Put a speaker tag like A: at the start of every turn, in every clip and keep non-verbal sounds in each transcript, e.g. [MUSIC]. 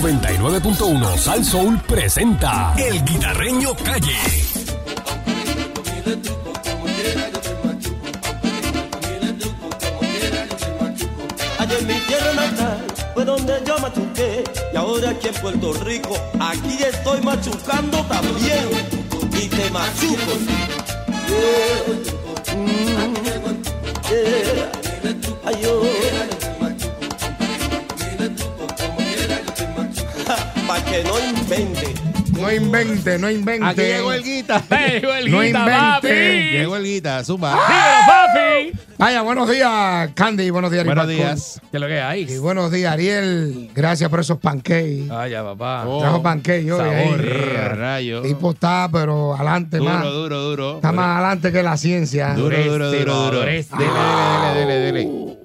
A: 99.1 Sal Soul presenta El Guitarreño Calle.
B: Allá en mi tierra natal fue donde yo machuqué y ahora aquí en Puerto Rico, aquí estoy machucando también y te machuco. Yeah. Mm. Yeah. Ay, oh. [LAUGHS] Ja, Pa' que no invente.
C: No invente, no invente.
D: Aquí llegó el guita. Llegó el
C: No
D: guita, papi.
C: invente.
D: Llegó el guita, zumba.
E: ¡Dímelo, papi!
C: Vaya, buenos días, Candy. Buenos días,
D: Buenos
C: Ripalcón.
D: días.
E: ¿Qué es lo que
C: Y
E: hay?
C: buenos días, Ariel. Gracias por esos pancakes.
E: Vaya, papá.
D: Oh,
C: Trajo pancakes hoy.
D: sabor,
C: ahí.
D: eh, rayo.
C: Tipo está, pero adelante más.
D: Duro, duro, duro.
C: Está más adelante que la ciencia. Este,
D: Duro, duro, duro, duro. Dele,
E: Durísimo.
D: dele, dele, dele, dele.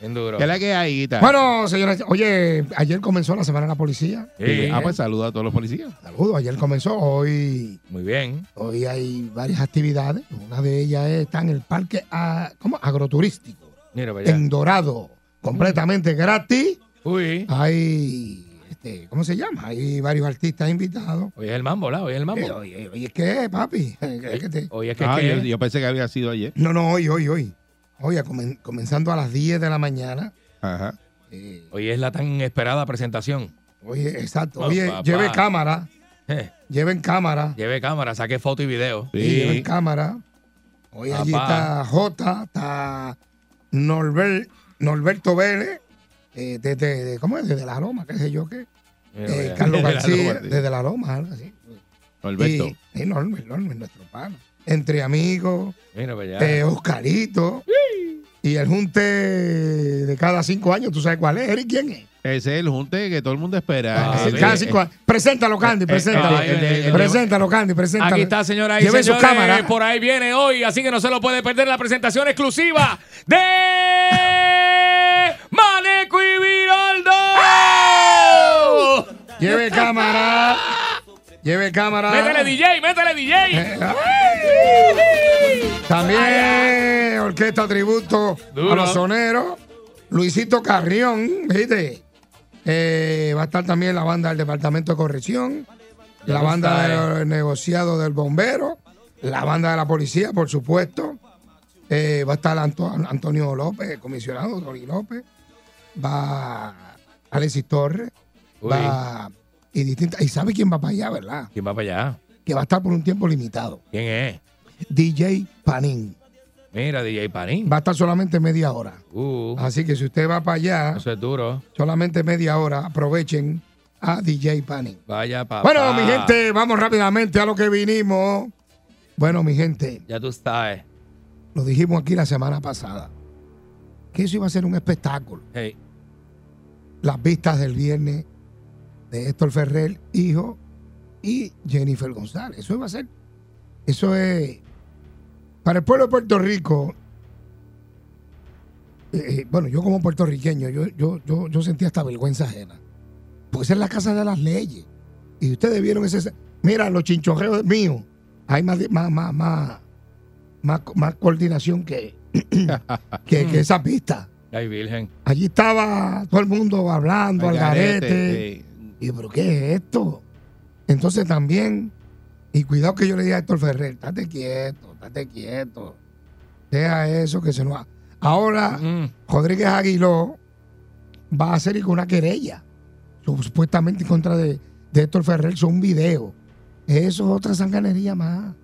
E: Bien duro.
D: ¿Qué es la que hay, guita?
C: Bueno, señores, oye, ayer comenzó la semana de la policía.
E: Sí,
D: Ah, pues saluda a todos los policías.
C: Saludos, ayer comenzó. Hoy,
E: Muy bien.
C: hoy hay varias actividades. Una de ellas está en el parque ah, ¿cómo? agroturístico,
E: Mira pues para allá.
C: en Dorado, completamente gratis.
E: Uy.
C: Hay, este, ¿cómo se llama? Hay varios artistas invitados.
E: Hoy es el mambo, ¿la? Hoy es el
C: Eh,
E: mambo.
C: Oye, oye, ¿qué, papi? [LAUGHS] Es que te-
E: Hoy es que...
D: Ah,
E: que-
D: yo, yo pensé que había sido ayer.
C: No, no, hoy, hoy, hoy. Hoy, a comen- comenzando a las 10 de la mañana.
D: Ajá.
C: Eh,
E: Hoy es la tan esperada presentación.
C: oye, exacto.
E: Oh,
C: Oye,
E: papá.
C: lleve cámara,
E: Eh,
C: lleven cámara.
E: Lleve cámara, saque foto y video.
C: Sí, lleven
D: Sí.
C: cámara. Hoy allí
E: Papá.
C: está Jota, está Norbert, Norberto Vélez, eh, desde, de- ¿cómo es? Desde la Loma, qué sé yo qué.
E: Mira para
C: Eh,
E: allá. [LAUGHS]
C: Carlos
D: Desde la
C: García,
D: Loma, sí.
C: desde la Loma, algo así.
D: Norberto.
C: Y, y Norbert, Norbert, nuestro pana. Entre amigos,
E: Mira pues para allá.
C: eh, Oscarito. Y el junte de cada cinco años, ¿tú sabes cuál es? Eric, ¿quién es?
D: Ese es el junte que todo el mundo espera.
E: Ah,
C: Es
D: Ese-
C: el
E: sí. Eh,
C: cada cinco años. Preséntalo, Candy, preséntalo.
E: el de- el de-
C: Preséntalo, Candy, preséntalo.
E: Aquí está, señoras y
C: Lleven su
E: señores.
C: cámara.
E: Por ahí viene hoy, así que no se lo puede perder la presentación exclusiva de Maneco y Viroldo.
C: Lleve
E: [LAUGHS]
C: cámara. Lleve cámara.
E: Métele DJ, métele
C: Eh,
E: DJ.
C: ah. [LAUGHS] También orquesta tributo
E: Duro.
C: a los soneros. Luisito Carrión, ¿viste? Eh, va a estar también la banda del Departamento de Corrección,
E: Ya
C: la
E: lo
C: banda
E: sabe.
C: del negociado del bombero, la banda de la policía, por supuesto. Eh, va a estar Anto- Antonio López, el comisionado, Tony López. Va Alexis Torres.
E: Uy.
C: Va y distinta. Y sabe quién va para allá, ¿verdad?
E: ¿Quién va para allá?
C: Que va a estar por un tiempo limitado.
E: ¿Quién es?
C: DJ Panín.
E: Mira, DJ Panín.
C: Va Ah. a estar solamente media hora.
E: Uh,
C: Así que si usted va para allá,
E: eso es duro.
C: solamente media hora, aprovechen a DJ Panic.
E: Vaya papá.
C: Bueno, mi gente, vamos rápidamente a lo que vinimos. Bueno, mi gente,
E: Ya tú sabes.
C: lo dijimos aquí la semana pasada, que eso iba a ser un espectáculo.
E: Hey,
C: Las vistas del viernes de Héctor Ferrer, hijo, y Jennifer González. Eso iba a ser. Eso es. Para el pueblo de Puerto Rico, eh, eh, bueno, yo como puertorriqueño, yo, yo, yo, yo sentía hasta vergüenza ajena. Porque esa es la casa de las leyes. Y ustedes vieron ese. Mira, los chinchorreos míos. Hay más, más, más, más, más, más coordinación que, [COUGHS] que, que esa pista.
E: ay, Virgen.
C: Allí estaba todo el mundo hablando, al garete.
D: Algarete, sí.
C: Y yo, pero ¿qué es esto? Entonces también, y cuidado que yo le diga a Héctor Ferrer, estate quieto, estate quieto. Deja eso que se nos ha. Ahora,
E: Mm,
C: Rodríguez Aguiló va a hacer y con una querella, supuestamente en contra de, de Héctor Ferrer, son un video. Eso es otra sanganería más.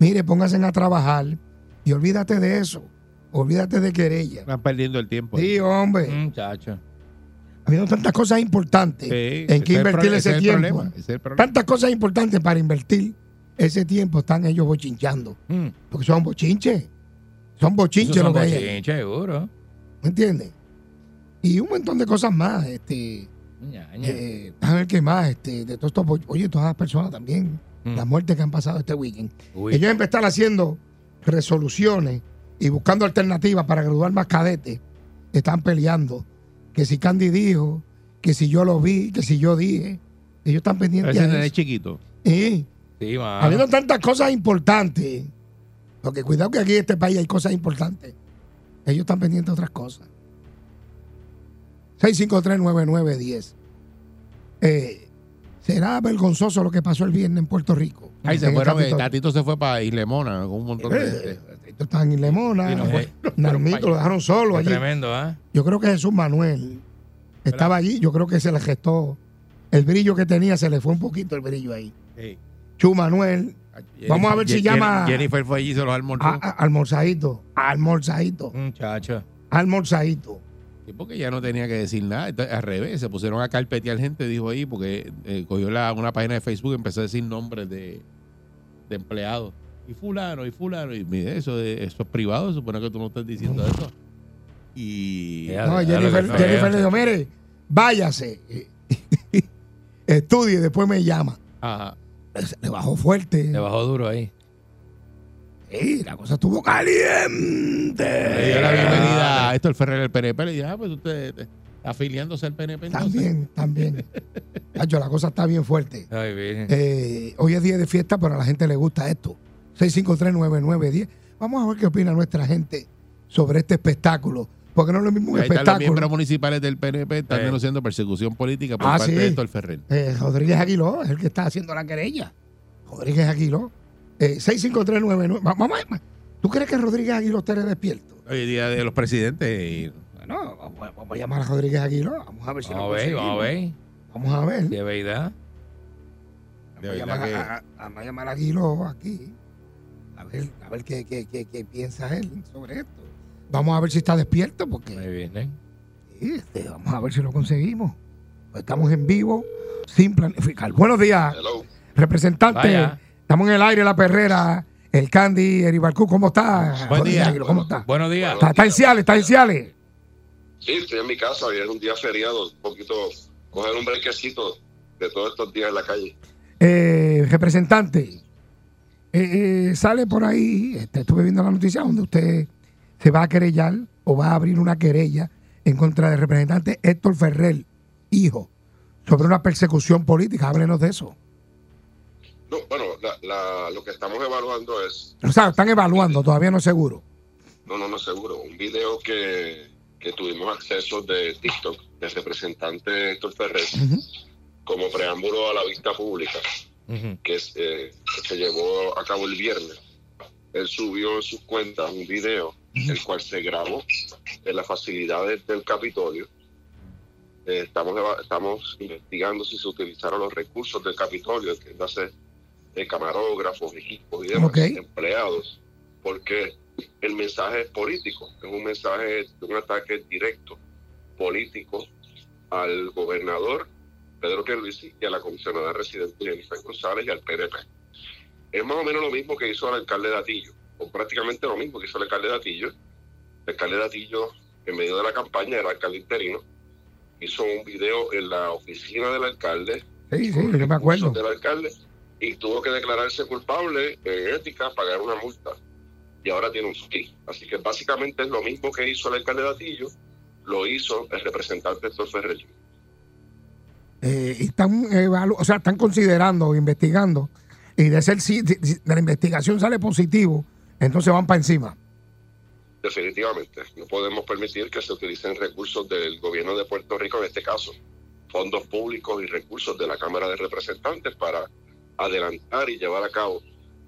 C: Mire, pónganse a trabajar y olvídate de eso. Olvídate de querella.
D: Están perdiendo el tiempo.
C: Sí, hombre.
E: mm, chacho.
C: Habiendo tantas cosas importantes
D: Sí,
C: en que
D: es el pro-
C: invertir ese
D: es el
C: tiempo.
D: problema, ese es el problema.
C: Tantas cosas importantes para invertir ese tiempo están ellos bochinchando.
E: Mm,
C: Porque son bochinches. Son bochinches
E: esos son
C: lo que hay.
E: bochinches, seguro.
C: ¿Me entiendes? Y un montón de cosas más. Este,
E: Ñaña.
C: eh, a ver qué más. Este, de todos estos bo- oye, todas las personas también.
E: Mm.
C: Las muertes que han pasado este weekend.
E: Uy.
C: Ellos empezaron haciendo resoluciones y buscando alternativas para graduar más cadetes. Están peleando. Que si Candy dijo, que si yo lo vi, que si yo dije. Ellos están pendientes
D: Ese
C: de
D: nene es
C: eso.
D: chiquito.
C: Sí.
E: Sí, mano.
C: Habiendo tantas cosas importantes, porque cuidado que aquí en este país hay cosas importantes. Ellos están pendientes de otras cosas. 6539910. eh, será vergonzoso lo que pasó el viernes en Puerto Rico.
D: Ahí se
C: En el
D: fueron, eh,
C: Capitolio.
D: Tatito se fue para Islemona con un montón
C: Eh,
D: de gente.
C: Estos Estaban en Lemona,
E: este. Y no fue.
C: Narmito lo dejaron solo
E: Qué
C: allí.
E: tremendo, ¿ah?
C: Yo creo que Jesús Manuel estaba allí, yo creo que se le gestó el brillo que tenía, se le fue un poquito el brillo ahí.
D: Sí.
C: Chu Manuel, Vamos a ver si
D: Jennifer-
C: llama- Ah,
D: Jennifer fue allí y se los almorzó.
C: a- a- almorzadito,
E: Mm.
C: almorzadito,
E: Muchacho.
C: almorzadito.
D: Sí, Porque ya no tenía que decir nada. Entonces, al revés, se pusieron a carpetear gente, dijo ahí, porque eh, cogió la, una página de Facebook y empezó a decir nombres de, de empleados. Y fulano, y fulano. Y mire, eso, de- eso es privado, se supone que tú no estás
C: Mm.
D: diciendo eso. Y...
E: Ya,
C: No,
E: ya
C: Jennifer,
E: lo que-
C: Jennifer le dijo, mire, váyase, [LAUGHS] estudie, después me llama.
D: Ajá.
C: Le bajó fuerte.
E: Le bajó duro ahí.
C: Sí, la cosa estuvo caliente.
D: Le dio la bienvenida a Héctor Ferrer del PNP. Le dije, ah, pues usted eh, afiliándose al PNP. entonces.
C: También, también. Cacho, la cosa está bien fuerte.
E: Ay, virgen.
C: Eh, hoy es día de fiesta, pero a la gente le gusta esto. 6539910. Vamos a ver qué opina nuestra gente sobre este espectáculo. Porque no es lo mismo un
D: Ahí están los
C: espectáculo.
D: miembros municipales del PNP, están
E: Sí.
D: denunciando persecución política por
C: Ah,
D: parte
C: sí.
D: de Héctor Ferrer.
C: Eh, Rodríguez Aguiló es el que está haciendo la querella. Rodríguez Aguiló. Eh, 65399. Va- Vamos a ver. ¿Tú crees que Rodríguez Aguiló esté despierto?
D: Hoy es día de los presidentes y
C: Bueno, vamos a- vamos a llamar a Rodríguez Aguiló. Vamos a ver si lo
E: Vamos a ver,
C: conseguimos.
E: vamos a ver.
C: Vamos a ver.
E: De
C: Vamos
D: De
E: verdad.
C: a
D: verdad
C: llamar a, a- vamos a llamar a Guiló aquí. A ver, a ver qué, qué- qué- qué piensa él sobre esto. Vamos a ver si está despierto,
E: Muy
C: porque
E: bien, ¿eh?
C: este, vamos a ver si lo conseguimos. Pues estamos en vivo, sin planificar. Buenos días,
F: Hello.
C: representante.
E: Vaya.
C: Estamos en el aire, la perrera. El Candy, Eribalcú, ¿cómo está?
E: Buen
C: Jorge
E: día.
C: Águilo, ¿Cómo está?
E: Buenos días.
C: Está, está en Ciales, está en Ciales.
F: Sí, estoy en mi casa, hoy es un día feriado, un poquito, coger un brequecito de todos estos días en la calle.
C: Eh, representante, eh, eh, sale por ahí, este, estuve viendo la noticia, donde usted se va a querellar o va a abrir una querella en contra del representante Héctor Ferrer, hijo, sobre una persecución política. Háblenos de eso.
F: No, bueno, la- la- lo que estamos evaluando es,
C: O sea, están evaluando, todavía no es seguro.
F: no, no, no seguro, un video que, que tuvimos acceso de TikTok del representante Héctor Ferrer como preámbulo a la vista pública.
E: Ujú.
F: que, es, eh, que se llevó a cabo el viernes. Él subió en sus cuentas un video, el cual se grabó en las facilidades del Capitolio. Eh, estamos, eva- estamos investigando si se utilizaron los recursos del Capitolio, que hace eh, camarógrafos, equipos y demás
C: Ok.
F: empleados, porque el mensaje es político, es un mensaje de un ataque directo político al gobernador Pedro Pierluisi y a la comisionada residente Jennifer González y al PNP. Es más o menos lo mismo que hizo el alcalde de Atillo, o prácticamente lo mismo que hizo el alcalde de Atillo. El alcalde de Atillo, en medio de la campaña, era alcalde interino, hizo un video en la oficina del alcalde,
C: Sí, sí, yo me acuerdo.
F: del alcalde, y tuvo que declararse culpable en ética, pagar una multa, y ahora tiene un ski. Así que básicamente es lo mismo que hizo el alcalde de Atillo, lo hizo el representante Héctor Ferrer.
C: Eh, y están, evalu- o sea, están considerando, investigando, y de ser si- si- si de la investigación sale positivo, entonces van para encima.
F: Definitivamente, no podemos permitir que se utilicen recursos del gobierno de Puerto Rico, en este caso, fondos públicos y recursos de la Cámara de Representantes para adelantar y llevar a cabo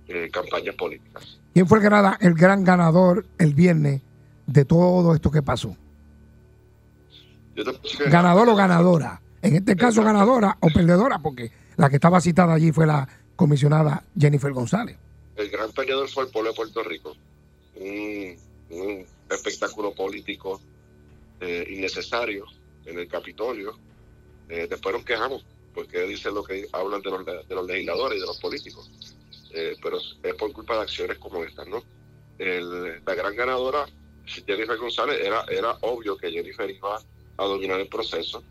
F: eh, campañas políticas.
C: ¿Quién fue el gran, el gran ganador el viernes de todo esto que pasó?
F: Yo te puse-
C: ¿Ganador o ganadora? En este caso, ganadora o perdedora, porque la que estaba citada allí fue la comisionada Jennifer González.
F: El gran perdedor fue el pueblo de Puerto Rico. Un, un espectáculo político eh, innecesario en el Capitolio. Eh, después nos quejamos porque dicen lo que hablan de los, de los legisladores y de los políticos. Eh, pero es por culpa de acciones como estas, ¿no? El- la gran ganadora, Jennifer González, era, era obvio que Jennifer iba a dominar el proceso.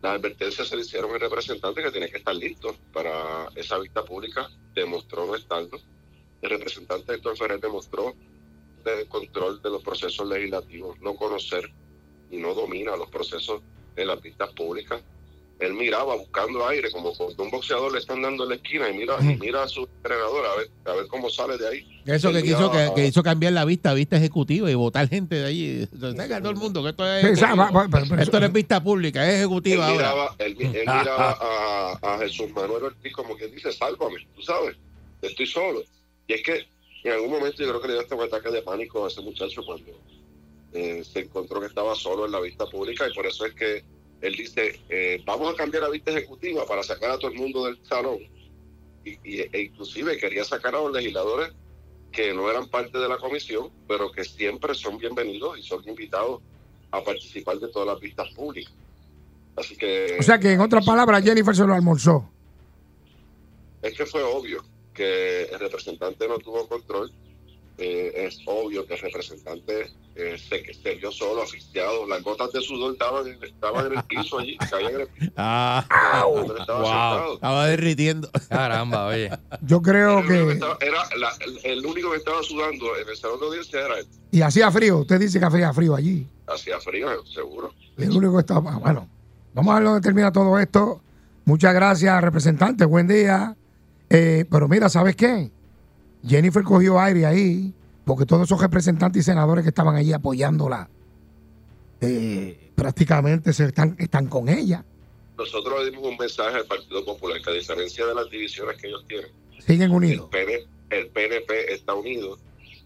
F: Las advertencias se le hicieron al representante que tenía que estar listo para esa vista pública. Demostró no estarlo el representante Héctor Ferrer demostró el control de los procesos legislativos, no conocer y no domina los procesos en las vistas públicas. él miraba buscando aire, como cuando un boxeador le están dando en la esquina y mira, y mira a su entrenador a ver, a ver cómo sale de ahí.
D: Eso que
F: Él
D: quiso, que,
F: miraba-
D: que hizo cambiar la vista, vista ejecutiva y votar gente de allí. Venga, todo el mundo, que esto
F: Eh,
D: es.
C: Sí, sabe, va- va- pero- pero-
D: Esto no es vista pública, es
F: él
D: ejecutiva ahora.
F: miraba, él, él miraba a, a Jesús Manuel Ortiz como quien dice, sálvame, tú sabes, estoy solo. Y es que en algún momento yo creo que le dio hasta un ataque de pánico a ese muchacho cuando eh, se encontró que estaba solo en la vista pública y por eso es que él dice, eh, vamos a cambiar la vista ejecutiva para sacar a todo el mundo del salón. Y, y- e inclusive quería sacar a los legisladores que no eran parte de la comisión, pero que siempre son bienvenidos y son invitados a participar de todas las vistas públicas. Así que...
C: O sea que, en otras palabras, Jennifer se lo almorzó.
F: Es que fue obvio que el representante no tuvo control. Eh, es obvio que el representante eh, se, que se vio solo, asfixiado. Las gotas de sudor estaban, en- estaban en el piso allí, caían en el piso.
D: Ah,
F: donde él estaba sentado.
D: estaba derritiendo.
E: Caramba, oye.
C: Yo creo
F: El único que
C: que.
F: estaba- era la- el- el único que estaba sudando en el salón de audiencia era él.
C: Y hacía frío. Usted dice que hacía frío allí.
F: Hacía frío, seguro.
C: El único que estaba. ah, Bueno, vamos a ver dónde termina todo esto. Muchas gracias, representante. Buen día. Eh, pero mira, ¿sabes qué? Jennifer cogió aire ahí, porque todos esos representantes y senadores que estaban allí apoyándola, eh, prácticamente se están, están con ella.
F: Nosotros le dimos un mensaje al Partido Popular que a diferencia de las divisiones que ellos tienen,
C: Siguen
F: el
C: unidos.
F: PNP, el PNP está unido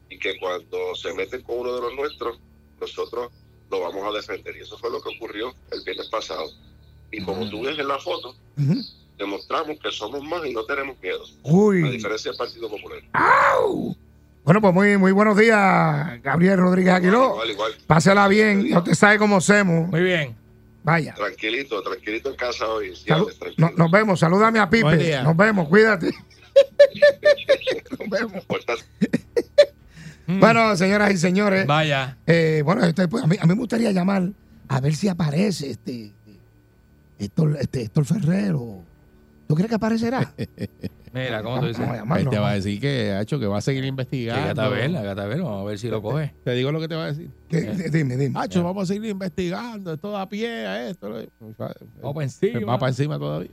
F: y que cuando se meten con uno de los nuestros, nosotros lo vamos a defender. Y eso fue lo que ocurrió el viernes pasado. Y como tú ves en la foto,
C: Ujú.
F: demostramos que somos más y no tenemos miedo, a
C: Uy.
F: diferencia del Partido Popular.
C: ¡Au! Bueno, pues muy, muy buenos días, Gabriel Rodríguez Aguiló.
F: Igual, igual.
C: Pásela bien, ya usted sabe cómo hacemos.
E: Muy bien.
C: Vaya.
F: Tranquilito, tranquilito en casa hoy. Sí,
C: Salud-
F: Alex, tranquilo.
C: no- nos vemos, salúdame a
D: Buen
C: Pipe.
D: día.
C: Nos vemos, cuídate. [LAUGHS] nos vemos.
F: Portas-
C: Bueno, señoras y señores,
E: Mm. Vaya.
C: eh, bueno, este, pues, a, mí, a mí me gustaría llamar a ver si aparece este Héctor, este, Héctor Ferrer o- ¿Tú crees que aparecerá?
E: Mira, ¿cómo tú dices?
C: Vamos a
D: Él
C: llamarlo.
D: te Este va a decir que ha hecho que va a seguir investigando.
E: Gata Vela, Gata Vela, vamos a ver si lo coge.
D: Te digo lo que te va a decir.
C: Que- d- dime, dime.
D: Hacho, vamos a seguir investigando. Esto da pie a esto. ¿no?
E: Vamos
D: Va
E: para encima.
D: para encima todavía.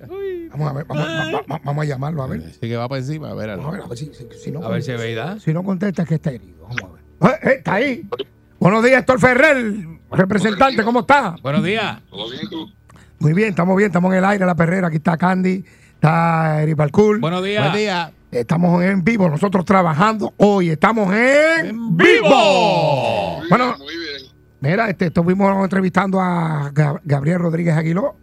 C: Vamos a ver, vamos, va- va- vamos a llamarlo, a ver.
D: Así que va para encima. A ver,
C: Vamos a
D: Alejandro.
C: ver, a ver si, si- si no,
E: A ver si es verdad.
C: si no contesta que está herido. Vamos a ver. Eh, eh, está ahí. Buenos días, Héctor Ferrer, representante, ¿cómo está?
E: Buenos días.
F: ¿Todo bien tú?
C: Muy bien, estamos bien, estamos en el aire, la perrera. Aquí está Candy, está Eric Balcour.
E: Buenos días.
D: Buen día.
C: Estamos en vivo, nosotros trabajando hoy, estamos en,
D: ¡En vivo!
F: Muy
C: Bueno.
F: bien, muy bien.
C: Mira, este, estuvimos entrevistando a Ga- Gabriel Rodríguez Aguiló.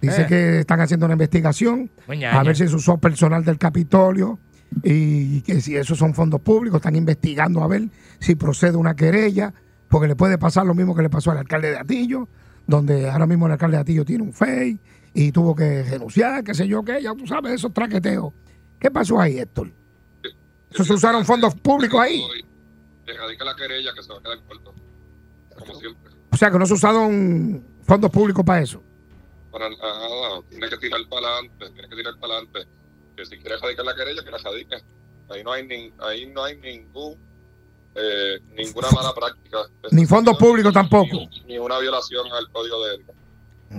C: Dice
E: Eh.
C: que están haciendo una investigación
E: Mañana.
C: a ver si se usó personal del Capitolio y que si esos son fondos públicos, están investigando a ver si procede una querella, porque le puede pasar lo mismo que le pasó al alcalde de Atillo, donde ahora mismo el alcalde de Atillo tiene un fake y tuvo que renunciar, qué sé yo qué, ya tú sabes, esos traqueteos. ¿Qué pasó ahí, Héctor? ¿Eso se usaron fondos públicos ahí?
F: Te radica la querella que se va a quedar corto. Como siempre.
C: O sea, que no se usaron fondos públicos para eso.
F: para nada, tiene que tirar para adelante, tiene que tirar para adelante. Que si quiere radicar la querella, que la radique. Ahí no hay, nin- ahí no hay ningún, eh, ninguna mala práctica.
C: Ni fondos públicos tampoco.
F: Ni una violación al código de ética.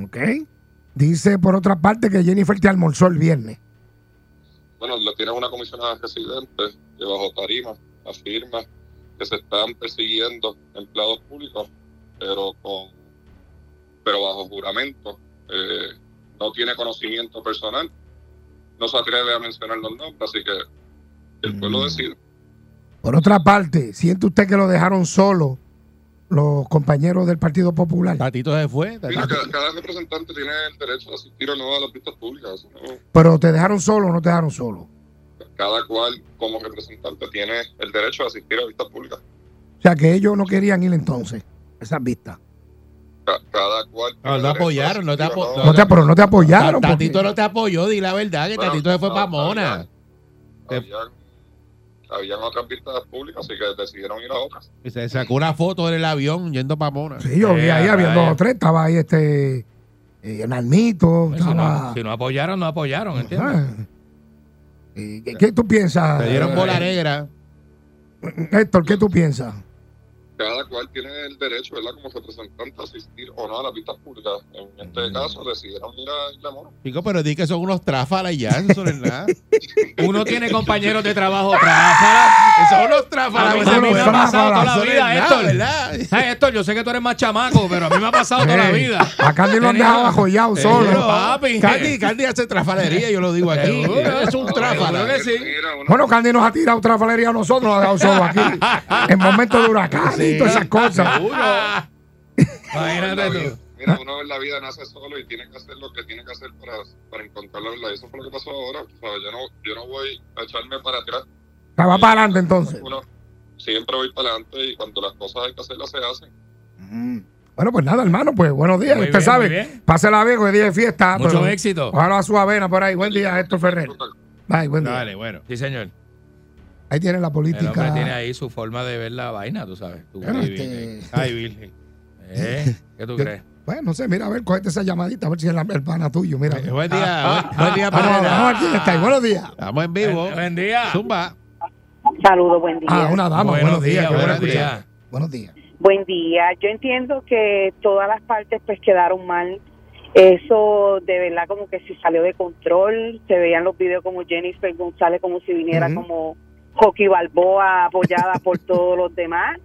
C: ¿Ok? Dice por otra parte que Jennifer te almorzó el viernes.
F: Bueno, lo tiene una comisionada residente de bajo tarima, afirma que se están persiguiendo empleados públicos, pero con pero bajo juramento. Eh, no tiene conocimiento personal, no se atreve a mencionar los nombres, así que
D: Mm.
F: el pueblo decide.
C: Por otra parte, ¿siente usted que lo dejaron solo los compañeros del Partido Popular?
D: Tatito se fue.
F: Mira,
D: Tatito.
F: cada, cada representante tiene el derecho de asistir o no a las vistas públicas. ¿no?
C: Pero te dejaron solo o no te dejaron solo.
F: Cada cual como representante tiene el derecho de asistir a vistas públicas.
C: O sea, que ellos no querían ir entonces, a esas vistas.
F: Ca- Cada cual...
D: No,
F: tiene
D: no
F: el derecho de
D: Ah, apoyaron, no te
F: asistir o
D: apo-
C: No te, pero no te apoyaron. porque-
D: Tatito no te apoyó, di la verdad, que
F: Bueno,
D: Tatito se fue
F: no,
D: para Mona. Te-
F: habían, habían otras vistas públicas, así que decidieron ir a otras.
D: Y Se sacó una foto del avión yendo para Mona.
C: Sí, yo vi
E: Eh,
C: ahí, había
E: vaya.
C: dos o tres. Estaba ahí este. Eh, Nalmito,
E: pues, Si no,
C: estaba.
E: si no apoyaron, no apoyaron, ¿entiendes?
C: Ah. Eh, ¿Qué, qué tú piensas?
D: Te dieron
E: Eh,
D: bola negra.
C: Héctor, ¿qué tú piensas?
F: cada cual tiene el derecho, ¿verdad? Como representante, a asistir o no a las vistas públicas. En
D: Mm.
F: este caso, decidieron ir a Isla Mora.
D: Chico, pero di que son unos tráfalas y ya, eso no es
F: [LAUGHS]
D: nada.
E: Uno tiene compañeros de trabajo tráfalas.
D: son unos tráfalas.
E: A mí
D: eso
E: también
D: no
E: me
D: es
E: ha pasado
D: nada,
E: toda la
D: eso no
E: vida,
D: es nada,
E: Héctor.
D: ¿verdad?
E: Ay, Héctor, yo sé que tú eres más chamaco, pero a mí me ha pasado toda la
C: Ey,
E: vida.
C: A Candy Eh, lo han
E: Tenía- Eh,
C: dejado ajollado
D: Seguro.
C: solo.
E: papi.
D: Candy, Candy hace trafalería, yo lo digo aquí.
E: Seguro.
D: Es un
E: Seguro
D: tráfala.
E: que sí.
F: Mira, una-
C: Bueno, Candy nos ha tirado otra valería a nosotros, nos ha dejado solo aquí.
E: [LAUGHS]
C: En momentos de huracán y todas esas cosas.
E: Ah,
F: la
E: [LAUGHS] Imagínate
F: vida-
E: tú.
F: Mira, uno en la vida nace solo y tiene que hacer lo que tiene que hacer para, para encontrar la verdad. Eso fue lo que pasó ahora. O sea, yo, no, yo no voy a echarme para atrás.
C: O sea, va para adelante entonces.
F: Uno siempre voy para adelante y cuando las cosas hay que hacerlas, se hacen.
C: Bueno, pues nada, hermano, pues buenos días.
E: Muy
C: Usted
E: bien, muy
C: sabe,
E: bien.
C: pásela bien, hoy día de fiesta.
E: Mucho
C: Ah, pero
E: éxito.
C: Ojalá su avena por ahí. Buen día, Héctor Ferrer. Bye, buen día.
D: Dale, bueno.
E: Sí, señor.
C: Ahí tiene la
E: El hombre
C: política.
E: tiene ahí su forma de ver la vaina, tú sabes. Tú,
C: Bueno,
E: ay,
C: este-
E: virgen. Ay, virgen. ¿Eh? ¿Qué tú
C: Yo-
E: crees?
C: Bueno, no sé, mira, a ver, cógete esa llamadita, a ver si es la, el pana tuyo. Mira.
D: Eh, Buen día, buen- buen día,
C: Ah, no,
D: Perrera.
C: no, aquí está ahí. Buenos días.
D: Estamos en ah. vivo.
E: Buen día.
D: Zumba.
G: Saludos, buen día.
C: Ah, una dama. Buenos,
E: Buenos
C: días.
E: días,
C: qué bueno
D: buenos
C: escuchar.
E: días.
C: Buenos días.
G: Buen día. Yo entiendo que todas las partes pues quedaron mal. Eso de verdad como que se salió de control. Se veían los videos como Jennifer González como si viniera
C: Ujú.
G: como Joaquín Balboa apoyada por todos los demás.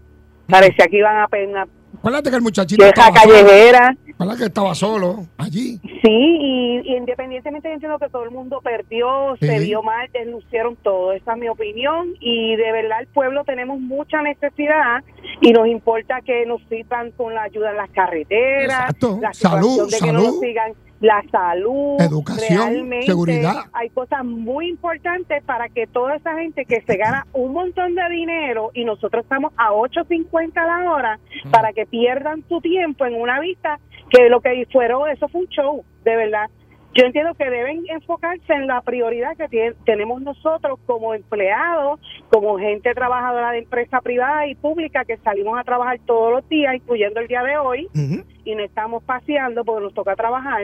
G: Parecía que iban a pena
C: Acuérdate que el muchachito
G: vieja
C: estaba solo.
G: callejera.
C: Acuérdate que estaba solo allí.
G: Sí, y, y independientemente yo entiendo que todo el mundo perdió, se
C: Sí.
G: vio mal, deslucieron todo. Esa es mi opinión. Y de verdad, el pueblo tenemos mucha necesidad y nos importa que nos sirvan con la ayuda en las carreteras,
C: Exacto.
G: la
C: Salud,
G: situación de que no nos
C: salud.
G: sigan la salud,
C: Educación,
G: realmente
C: seguridad.
G: Hay cosas muy importantes para que toda esa gente que se gana un montón de dinero y nosotros estamos a 8.50 la hora
C: Mm.
G: para que pierdan su tiempo en una vista que lo que fueron, eso fue un show, de verdad. Yo entiendo que deben enfocarse en la prioridad que tiene- tenemos nosotros como empleados, como gente trabajadora de empresa privada y pública que salimos a trabajar todos los días, incluyendo el día de hoy
C: Ujú.
G: y no estamos paseando porque nos toca trabajar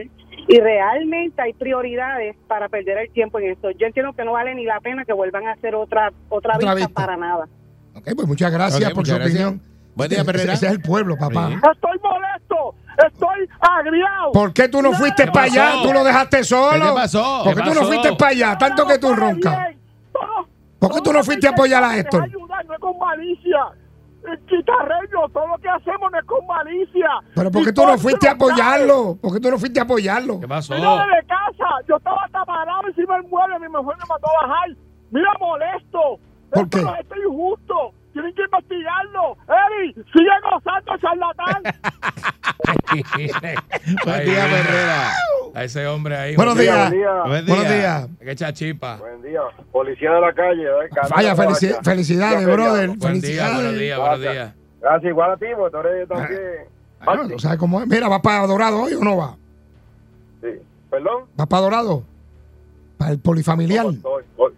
G: y realmente hay prioridades para perder el tiempo en eso. Yo entiendo que no vale ni la pena que vuelvan a hacer otra otra,
C: Otra
G: vista,
C: vista.
G: para nada.
C: Ok, pues muchas gracias
D: Ok,
C: por
D: muchas
C: su
D: gracias.
C: opinión.
D: Buen día,
C: Ese-
D: Perrera.
C: Ese es el pueblo, papá.
D: Sí.
G: Estoy molesto, estoy agriado.
C: ¿Por qué tú no fuiste
E: ¿Qué
C: para allá?
E: pasó?
C: Tú lo dejaste
D: ¿Qué
C: solo.
D: te pasó?
C: ¿Por
E: ¿Qué
C: qué tú no
E: pasó?
C: fuiste para allá? Tanto que tú roncas. ¿Por qué tú no fuiste a apoyar a Héctor?
G: No es con malicia. Chitarreño, todo lo que hacemos no es con malicia.
C: Pero ¿por qué tú no fuiste a apoyarlo? ¿Por qué tú no fuiste a apoyarlo?
E: ¿Qué pasó?
G: Mira de casa, yo estaba taparado encima del mueble, mi mujer me mandó a bajar. Mira, molesto.
C: ¿Por
G: Esto
C: qué?
G: no es injusto. Tienen que investigarlo. Eri, sigue gozando, charlatán.
D: Buen
E: Ay,
D: día,
E: virgen.
D: Perrera.
E: A ese hombre ahí.
C: Buenos
E: joder.
C: días.
D: Buen día.
C: Buenos días.
E: Hay que echar chispa.
H: Buen día, policía de la calle. ¿eh? Carlos
C: Vaya, felici-
H: Guacha.
C: felicidades,
H: Ya
C: brother.
H: peleado.
E: Buen día, buenos
C: Felicidades.
E: días, buenos días.
H: Gracias, igual a ti, porque tú eres también.
C: Ah, Bueno,
H: Martín.
C: no sabes cómo es. Mira, ¿va para Dorado hoy o no va?
H: Sí. ¿Perdón?
C: ¿Va para Dorado? Para el polifamiliar.
H: No, estoy- voy-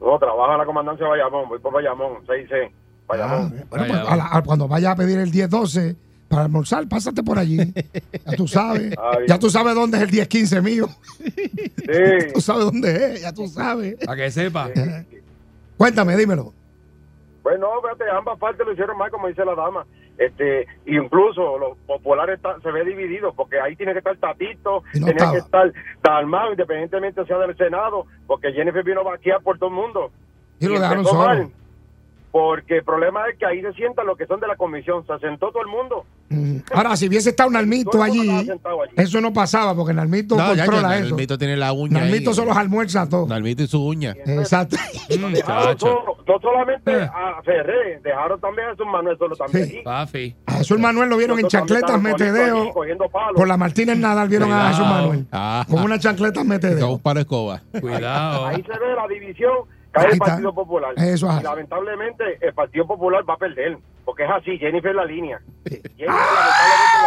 H: no, trabajo en la comandancia de Bayamón, voy por Bayamón, 6C.
C: Ah,
H: Bayamón.
C: bueno, pues,
E: Vaya,
C: a la- a- cuando vaya a pedir el 10-12 para almorzar, pásate por allí. Ya tú sabes.
H: [LAUGHS] Ah, bien.
C: Ya tú sabes dónde es el 10-15 mío. [LAUGHS] Tú [LAUGHS]
H: Sí.
C: sabes dónde es, ya tú sabes.
E: Para que sepa.
C: [LAUGHS] Cuéntame, dímelo.
H: Bueno, fíjate, ambas partes lo hicieron mal, como dice la dama. Este, incluso los populares están- se ve divididos, porque ahí tiene que estar Tatito,
C: Y no
H: tiene que
C: estaba.
H: estar Dalmau, independientemente sea del Senado, porque Jennifer vino a vaquear por todo el mundo.
C: Y lo dejaron
H: empezó
C: solo.
H: mal, Porque el problema es que ahí se sientan los que son de la comisión. Se sentó todo el mundo.
C: Mm. Ahora, si hubiese estado Nalmito
H: Todo el mundo
C: allí,
H: estaba sentado allí.
C: eso no pasaba porque Nalmito
D: No, ya,
C: controla eso.
D: ya,
C: Nalmito,
D: Nalmito tiene la uña. ahí.
C: solo los almuerza a todos.
D: Nalmito y su uña.
C: Exacto.
E: Mm,
H: Dejaron
E: chacho.
H: solo- no solamente
E: Eh.
H: a Ferré, dejaron también a su Manuel solo también.
C: Sí.
H: allí.
E: Papi.
C: A Jesús Manuel lo vieron en
H: Nosotros también
C: chancletas
H: estábamos solitos
C: metedeo.
H: allí cogiendo palos.
C: Por la Martínez Nadal vieron a Jesús
E: Cuidado.
C: Manuel.
D: Ah.
C: Con una chancleta
D: Con
C: metedeo.
D: un paro de escoba.
E: Cuidado.
H: Ahí se ve la división que
C: Ahí
H: hay el
C: está.
H: Partido Popular.
C: Eso es
H: y
C: así.
H: lamentablemente el Partido Popular va a perder. Porque es así, Jennifer en la línea. Jennifer lamentablemente en la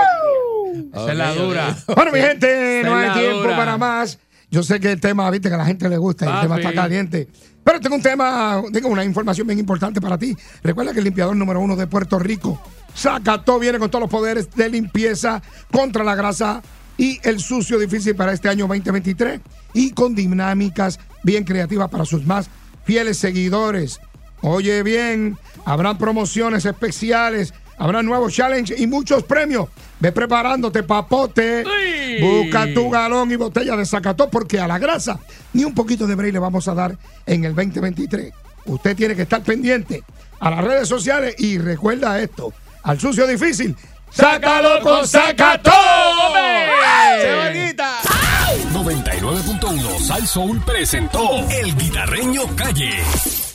H: línea.
E: Esa es la dura.
C: Bueno, mi gente, no hay
E: Celadora.
C: tiempo para más. Yo sé que el tema, viste, que a la gente le gusta y el
E: Papi.
C: tema está caliente. Pero tengo un tema, tengo una información bien importante para ti. Recuerda que el limpiador número uno de Puerto Rico, Zacató, viene con todos los poderes de limpieza contra la grasa y el sucio difícil para este año 2023 y con dinámicas bien creativas para sus más fieles seguidores. Oye bien, habrán promociones especiales Habrá nuevos challenges y muchos premios. Ve preparándote, papote.
E: Sí.
C: Busca tu galón y botella de Zacató porque a la grasa ni un poquito de break le vamos a dar en el 2023. Usted tiene que estar pendiente a las redes sociales y recuerda esto. Al sucio difícil, sácalo con Zacató.
E: ¡Hombre!
A: 99.1 Sal Soul presentó El Guitarreño Calle.